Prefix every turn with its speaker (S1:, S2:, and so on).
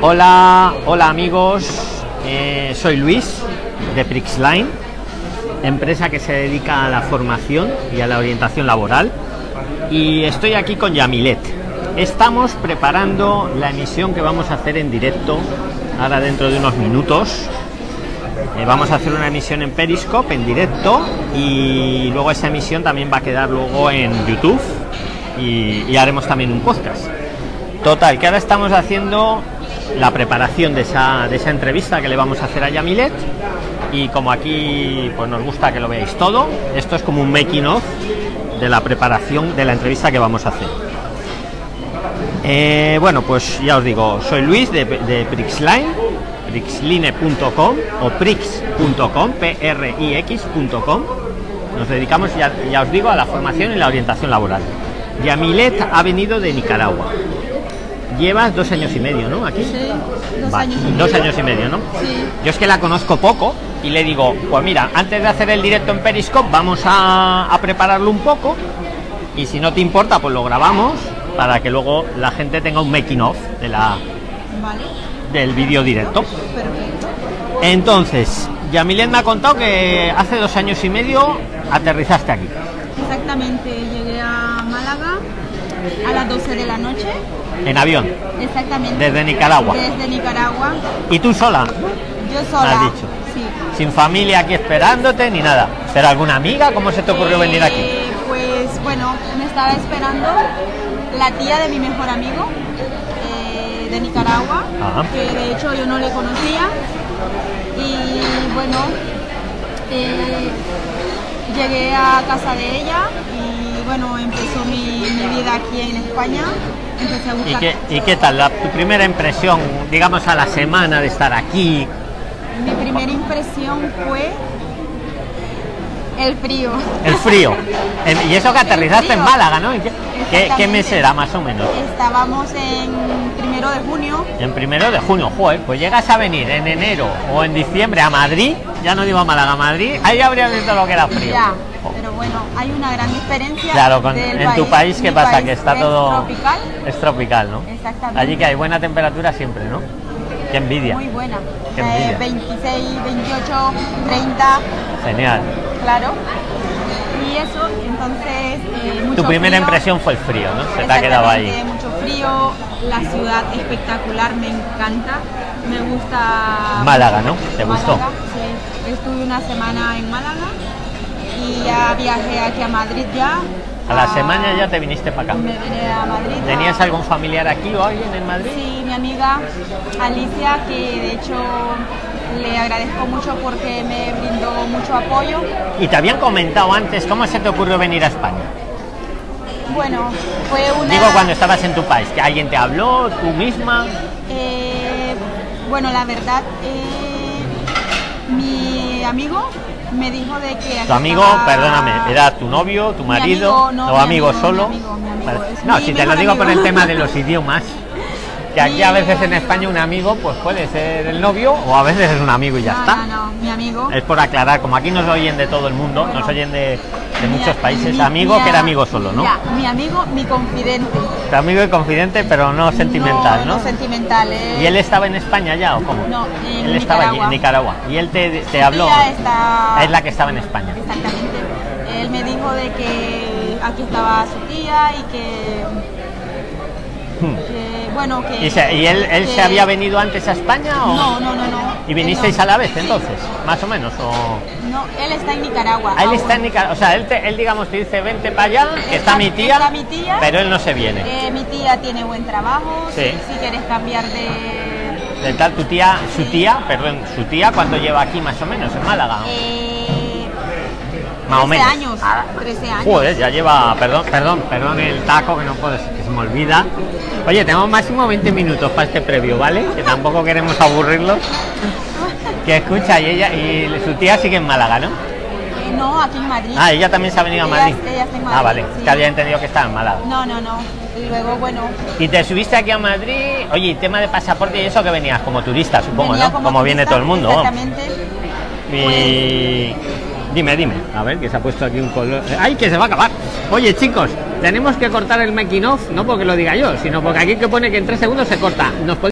S1: Hola, hola amigos, Eh, soy Luis de Prixline, empresa que se dedica a la formación y a la orientación laboral y estoy aquí con Yamilet. Estamos preparando la emisión que vamos a hacer en directo ahora dentro de unos minutos. Eh, vamos a hacer una emisión en Periscope, en directo, y luego esa emisión también va a quedar luego en YouTube y, y haremos también un podcast. Total, que ahora estamos haciendo la preparación de esa, de esa entrevista que le vamos a hacer a Yamilet y como aquí pues nos gusta que lo veáis todo, esto es como un making of de la preparación de la entrevista que vamos a hacer. Eh, bueno, pues ya os digo, soy Luis de, de Prixline, prixline.com o prix.com, p-r-i-x.com. Nos dedicamos, ya, ya os digo, a la formación y la orientación laboral. Yamilet ha venido de Nicaragua. Llevas dos años y medio, ¿no? Aquí.
S2: Sí, dos
S1: Va,
S2: años y medio.
S1: dos años y medio, ¿no?
S2: Sí.
S1: Yo es que la conozco poco y le digo, pues mira, antes de hacer el directo en Periscope vamos a, a prepararlo un poco y si no te importa pues lo grabamos para que luego la gente tenga un making of de la,
S2: Vale,
S1: del vídeo directo.
S2: perfecto.
S1: Entonces, Yamilet me ha contado que hace dos años y medio aterrizaste aquí.
S2: Exactamente, llegué a Málaga a las 12 de la noche.
S1: En avión,
S2: Exactamente.
S1: desde Nicaragua.
S2: Desde Nicaragua.
S1: ¿Y tú sola?
S2: Yo sola.
S1: has dicho.
S2: Sí.
S1: Sin familia aquí esperándote ni nada. ¿Pero alguna amiga? ¿Cómo se te ocurrió venir aquí?
S2: Eh, Pues bueno, me estaba esperando la tía de mi mejor amigo eh, de Nicaragua,
S1: Ajá.
S2: que de hecho yo no le conocía. Y bueno, eh, llegué a casa de ella y bueno, empezó mi, mi vida aquí en España. Empecé a
S1: ¿Y
S2: buscar.
S1: qué, y qué tal? La, tu primera impresión, digamos, a la semana de estar aquí.
S2: Mi primera impresión fue el frío.
S1: El frío. Em, Y eso que aterrizaste en
S2: frío.
S1: Málaga, ¿no? ¿Y qué- ¿Qué, qué mes
S2: Exactamente.
S1: era más o menos?
S2: Estábamos en primero de junio.
S1: En primero de junio, joder, pues llegas a venir en enero o en diciembre a Madrid, ya no digo a Málaga, a Madrid, ahí habría visto lo que era frío.
S2: Ya,
S1: Jo.
S2: pero bueno, hay una gran diferencia.
S1: Claro, con-
S2: del
S1: en tu país, ¿qué
S2: Mi
S1: pasa?
S2: país
S1: que está
S2: es
S1: todo...
S2: tropical,
S1: Es tropical, ¿no?
S2: Exactamente.
S1: Allí que hay buena temperatura siempre, ¿no? Qué envidia.
S2: muy buena.
S1: Qué
S2: Eh,
S1: envidia.
S2: 26, 28, 30,
S1: Genial.
S2: claro. Y eso, entonces. eh, mucho
S1: Tu primera
S2: frío.
S1: impresión fue el frío, ¿no? Se te ha quedado ahí.
S2: Exactamente, Mucho frío, la ciudad espectacular, me encanta. Me gusta.
S1: Málaga, ¿no? ¿Te gustó?
S2: Málaga, sí. Estuve una semana en Málaga y ya viajé aquí a Madrid ya.
S1: A la semana ya te viniste para acá.
S2: Me vine a Madrid. a-
S1: ¿Tenías algún familiar aquí o alguien en Madrid?
S2: Sí, mi amiga Alicia, que de hecho le agradezco mucho porque me brindó mucho apoyo.
S1: Y te habían comentado antes, ¿cómo se te ocurrió venir a España?
S2: Bueno, fue una...
S1: Digo, cuando estabas en tu país, que alguien te habló, tú misma.
S2: Eh, bueno, la verdad, eh, mi amigo me dijo de que... aquí
S1: Tu amigo,
S2: estaba-
S1: perdóname, era tu novio, tu
S2: Mi
S1: marido,
S2: amigo, no,
S1: o
S2: mi
S1: amigo,
S2: amigo,
S1: solo.
S2: mi amigo, mi amigo,
S1: Vale.
S2: es
S1: No,
S2: mi
S1: si te lo
S2: mejor
S1: digo por el
S2: amigo.
S1: tema de los idiomas. Que aquí a
S2: Mi
S1: veces en
S2: mejor
S1: España un amigo pues puede ser el novio o a veces es un amigo y ya
S2: no,
S1: está.
S2: No, no, mi amigo.
S1: Es por aclarar, como aquí nos oyen de todo el mundo,
S2: Bueno.
S1: nos oyen de, de
S2: mi-
S1: muchos países,
S2: mi-
S1: amigo
S2: mi-
S1: que era amigo solo, ¿no?
S2: ya, mi amigo, mi confidente.
S1: Tu amigo y confidente, pero no sentimental, ¿no?
S2: No, sentimental. eh.
S1: ¿Y él estaba en España ya o cómo?
S2: No, en
S1: él estaba allí, en Nicaragua.
S2: Nicaragua.
S1: Y él te, te habló.
S2: Ella está-
S1: Es la que estaba en España.
S2: Exactamente. Él me dijo de que aquí estaba su tía y que,
S1: Hmm.
S2: que, bueno, que...
S1: ¿Y, se- y él, él se
S2: que-
S1: había venido antes a España o.?
S2: Eh, No, no, no, no.
S1: ¿Y vinisteis
S2: Él no.
S1: a la vez
S2: Sí.
S1: entonces? Más o menos. O...
S2: No, él está en Nicaragua.
S1: Ah, Él
S2: aún.
S1: está en Nicaragua. O sea, él, te- él, digamos, te dice: vente para allá, que está,
S2: Está-
S1: mi tía.
S2: está mi tía.
S1: Pero él no se viene.
S2: Eh, mi tía tiene buen trabajo.
S1: Sí.
S2: Si, si quieres cambiar de...
S1: De tal, tu tía, su tía, perdón, su tía, ¿cuánto lleva aquí más o menos? En Málaga.
S2: eh,
S1: más o
S2: 13
S1: menos.
S2: años,
S1: Ah,
S2: 13 años.
S1: Joder, ya lleva, perdón, perdón, perdón el taco que no puedo, que se me olvida. Oye, tenemos máximo 20 minutos para este previo, ¿vale? Que tampoco queremos aburrirlos. Que escucha, y ella y su tía sigue en Málaga, ¿no?
S2: Eh, no, aquí en Madrid.
S1: Ah, ella también se ha venido a
S2: Ella-
S1: Madrid.
S2: ella está en
S1: Ah,
S2: Madrid,
S1: vale,
S2: sí.
S1: que había entendido que estaba en Málaga.
S2: No, no, no. Y luego, bueno,
S1: Y te subiste aquí a Madrid, oye, y tema de pasaporte y eso que venías como turista, supongo,
S2: venía
S1: ¿no? Como, viene
S2: turista,
S1: todo el mundo. vamos.
S2: Exactamente.
S1: Y... Dime, dime. A ver, que se ha puesto aquí un color... ¡Ay, que se va a acabar! Oye, chicos, tenemos que cortar el making of, no porque lo diga yo, sino porque aquí que pone que en tres segundos se corta. ¿Nos podéis-